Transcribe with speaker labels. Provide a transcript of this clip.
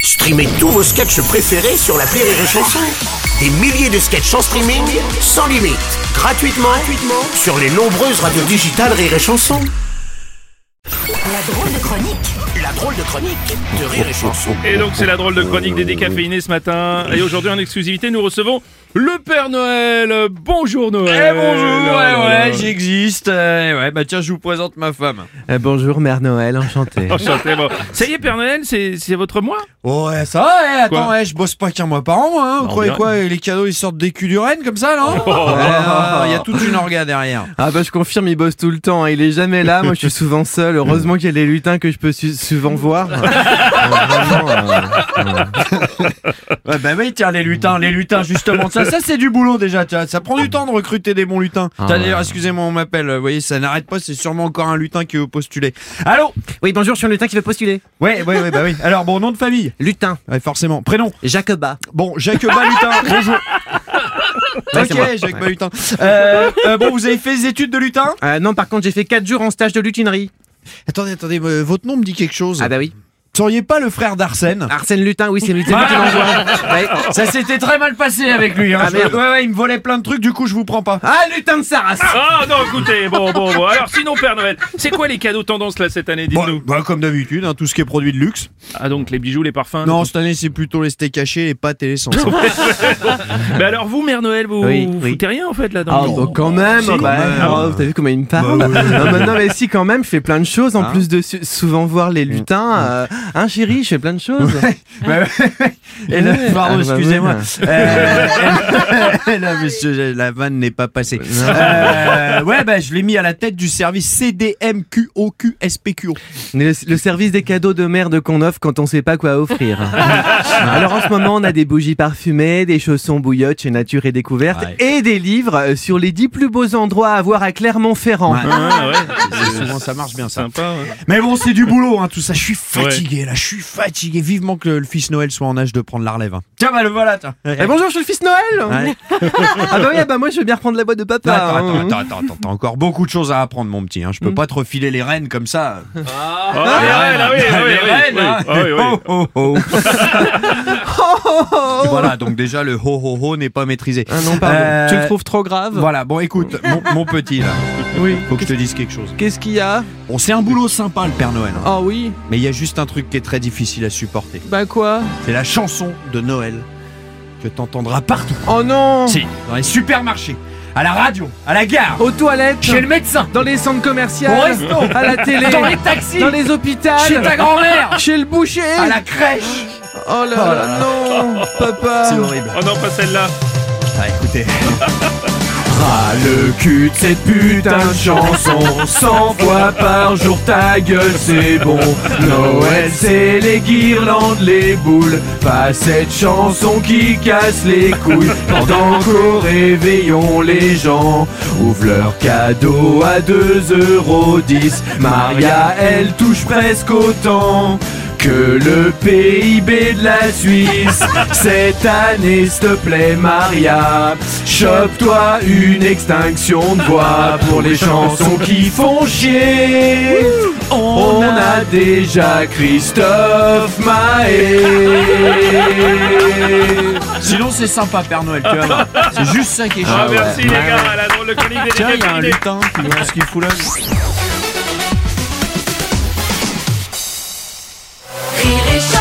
Speaker 1: Streamez tous vos sketchs préférés sur la Rire et Chanson. Des milliers de sketchs en streaming, sans limite, gratuitement, gratuitement sur les nombreuses radios digitales Rire et Chanson.
Speaker 2: La drôle de chronique.
Speaker 1: La drôle de chronique de Rire et Chanson.
Speaker 3: Et donc c'est la drôle de chronique des décaféinés ce matin. Et aujourd'hui en exclusivité nous recevons le Père Noël. Bonjour Noël.
Speaker 4: Eh bonjour,
Speaker 3: Oh là
Speaker 4: ouais,
Speaker 3: là.
Speaker 4: ouais, j'existe. euh, ouais, bah tiens, je vous présente ma femme.
Speaker 5: Euh, bonjour Mère Noël, enchanté.
Speaker 3: Enchanté, bon. Ça y est Père Noël, c'est c'est votre mois
Speaker 4: Ouais, ça va, eh, attends,
Speaker 3: Quoi
Speaker 4: eh, je bosse pas qu'un mois par an, moi, hein. Vous
Speaker 3: Non,
Speaker 4: croyez
Speaker 3: bien.
Speaker 4: quoi eh, Les cadeaux, ils sortent des culs du renne comme ça, non
Speaker 5: Oh.
Speaker 4: Il y a toute une orga derrière.
Speaker 5: Ah bah je confirme, il bosse tout le temps, hein, il est jamais là, moi je suis souvent seul, heureusement qu'il y a les lutins que je peux su- souvent voir. Euh, vraiment, euh,
Speaker 4: Ouais, bah oui, tiens, les lutins, les lutins, justement, ça, ça c'est du boulot déjà, tiens, ça prend du temps de recruter des bons lutins.
Speaker 5: Ah
Speaker 4: Tiens,
Speaker 5: ouais.
Speaker 4: D'ailleurs, excusez-moi, on m'appelle, euh, vous voyez, ça n'arrête pas, c'est sûrement encore un lutin qui veut postuler. Allô
Speaker 5: Oui bonjour, je suis un lutin qui veut postuler.
Speaker 4: Ouais, ouais, ouais, bah oui. Alors, bon, nom de famille
Speaker 5: Lutin,
Speaker 4: Ouais, forcément. Prénom
Speaker 5: Jacoba.
Speaker 4: Bon, Jacques Balutin, bonjour.
Speaker 5: Ouais,
Speaker 4: ok,
Speaker 5: c'est moi.
Speaker 4: Jacques Balutin. Euh, euh, bon, vous avez fait des études de lutin
Speaker 5: Euh, non par contre j'ai fait 4 jours en stage de lutinerie.
Speaker 4: Attendez, attendez, euh, votre nom me dit quelque chose.
Speaker 5: Ah bah oui.
Speaker 4: Seriez pas le frère d'Arsène
Speaker 5: Arsène Lutin, oui c'est Lutin qui m'envoie. Ouais.
Speaker 4: Ça s'était très mal passé avec lui. Hein.
Speaker 5: Ah, merde.
Speaker 4: Ouais, ouais, il me volait plein de trucs, du coup, je vous prends pas.
Speaker 5: Ah lutin de sa race
Speaker 3: Ah non, écoutez, bon bon bon. Alors sinon Père Noël, c'est quoi les cadeaux tendance là cette année,
Speaker 4: Bon,
Speaker 3: dites-nous
Speaker 4: bah, comme d'habitude, hein, tout ce qui est produit de luxe.
Speaker 3: Ah donc les bijoux, les parfums.
Speaker 4: Non, cette année, c'est plutôt les steaks hachés, les pâtes et les sangles.
Speaker 3: Mais alors vous Mère Noël, vous,
Speaker 5: Oui,
Speaker 3: vous
Speaker 5: oui.
Speaker 3: foutez rien en fait là
Speaker 5: Ah
Speaker 3: dans le-
Speaker 5: bah, quand même,
Speaker 4: Si,
Speaker 5: bah,
Speaker 4: quand même. Bah
Speaker 5: oh, t'as vu comment il me parle non, mais, non, mais si quand même, je fais plein de choses, en
Speaker 4: Hein Mm.
Speaker 5: plus de su- souvent voir les lutins. euh, hein chéri, je fais plein de choses.
Speaker 4: Ouais, ouais, ouais. Et là,
Speaker 5: Ouais.
Speaker 4: pardon,
Speaker 5: Ah, bah,
Speaker 4: excusez-moi.
Speaker 5: ouais.
Speaker 4: Euh, là, monsieur, la vanne n'est pas passée. Euh, ouais, bah, je l'ai mis à la tête du service CDMQOQSPQO.
Speaker 5: Mais Le, le service des cadeaux de merde qu'on offre quand on sait pas quoi offrir. Alors en ce moment, on a des bougies parfumées, des chaussons bouillottes chez Nature et Découverte
Speaker 4: Ouais.
Speaker 5: et des livres euh, sur les 10 plus beaux endroits à voir à Clermont-Ferrand.
Speaker 4: Ouais.
Speaker 3: Ah, ouais.
Speaker 4: Souvent, ça marche bien, ça.
Speaker 3: Sympa. hein. ouais.
Speaker 4: Mais bon, c'est du boulot, hein, tout ça. Je suis fatigué, là. Je suis fatigué. Vivement que le, le fils Noël soit en âge de prendre la relève. hein. Tiens, bah, le voilà, tiens.
Speaker 5: Eh, bonjour, je suis le fils Noël
Speaker 4: Ouais.
Speaker 5: Ah bah oui, ah bah moi je veux bien reprendre la boîte de papa.
Speaker 4: Attends, attends,
Speaker 5: hein.
Speaker 4: attends, attends, attends, t'as encore beaucoup de choses à apprendre, mon petit. Hein. Je peux pas te refiler les rênes comme ça.
Speaker 3: Mm. Ah, les reines, ah oui, ah oui,
Speaker 4: les
Speaker 3: oui,
Speaker 4: rênes,
Speaker 3: oui.
Speaker 4: hein.
Speaker 3: Ah oui, oui. Oh,
Speaker 4: Ho, ho, ho. Voilà, donc déjà le ho ho ho n'est pas maîtrisé.
Speaker 5: Ah non, pardon.
Speaker 4: Euh,
Speaker 5: Tu le trouves trop grave
Speaker 4: Voilà, bon écoute, mon, mon petit là,
Speaker 5: Oui.
Speaker 4: faut que je te dise quelque chose.
Speaker 5: Qu'est-ce qu'il y a
Speaker 4: Bon, c'est un boulot sympa le Père Noël, hein.
Speaker 3: Oh.
Speaker 5: Ah oui,
Speaker 4: mais il y a juste un truc qui est très difficile à supporter.
Speaker 5: bah quoi
Speaker 4: C'est la chanson de Noël que t'entendras partout.
Speaker 5: Oh non
Speaker 4: Si, dans les supermarchés, à la radio, à la gare,
Speaker 3: Oh,
Speaker 5: Aux toilettes
Speaker 4: chez le médecin,
Speaker 5: Dans les centres commerciaux
Speaker 4: Au resto.
Speaker 5: À la télé
Speaker 4: dans les taxis,
Speaker 5: Dans les hôpitaux
Speaker 3: Ah
Speaker 4: chez ta grand-mère,
Speaker 5: Chez le boucher
Speaker 4: à la crèche.
Speaker 5: Oh là là, non Papa
Speaker 4: C'est horrible.
Speaker 3: Oh non, pas celle-là.
Speaker 4: Ah, écoutez. Ras le cul de cette putain de chanson 100 fois par jour ta gueule c'est bon Noël c'est les guirlandes, les boules Pas cette chanson qui casse les couilles Pendant qu'au réveillon les gens Ouvrent leurs cadeaux à 2,10€ Maria elle touche presque autant que le PIB de la Suisse. Cette année, s'il te plaît, Maria, chope-toi une extinction de voix pour les chansons qui font chier. On a déjà Christophe Maé. Sinon, c'est sympa, Père Noël, tu vas voir. C'est juste ça qui est
Speaker 3: Ah, merci les gars, à la drôle de chronique des décaféinés.
Speaker 4: lutin qui voit ce qu'il fout là.
Speaker 2: Rire et chanson.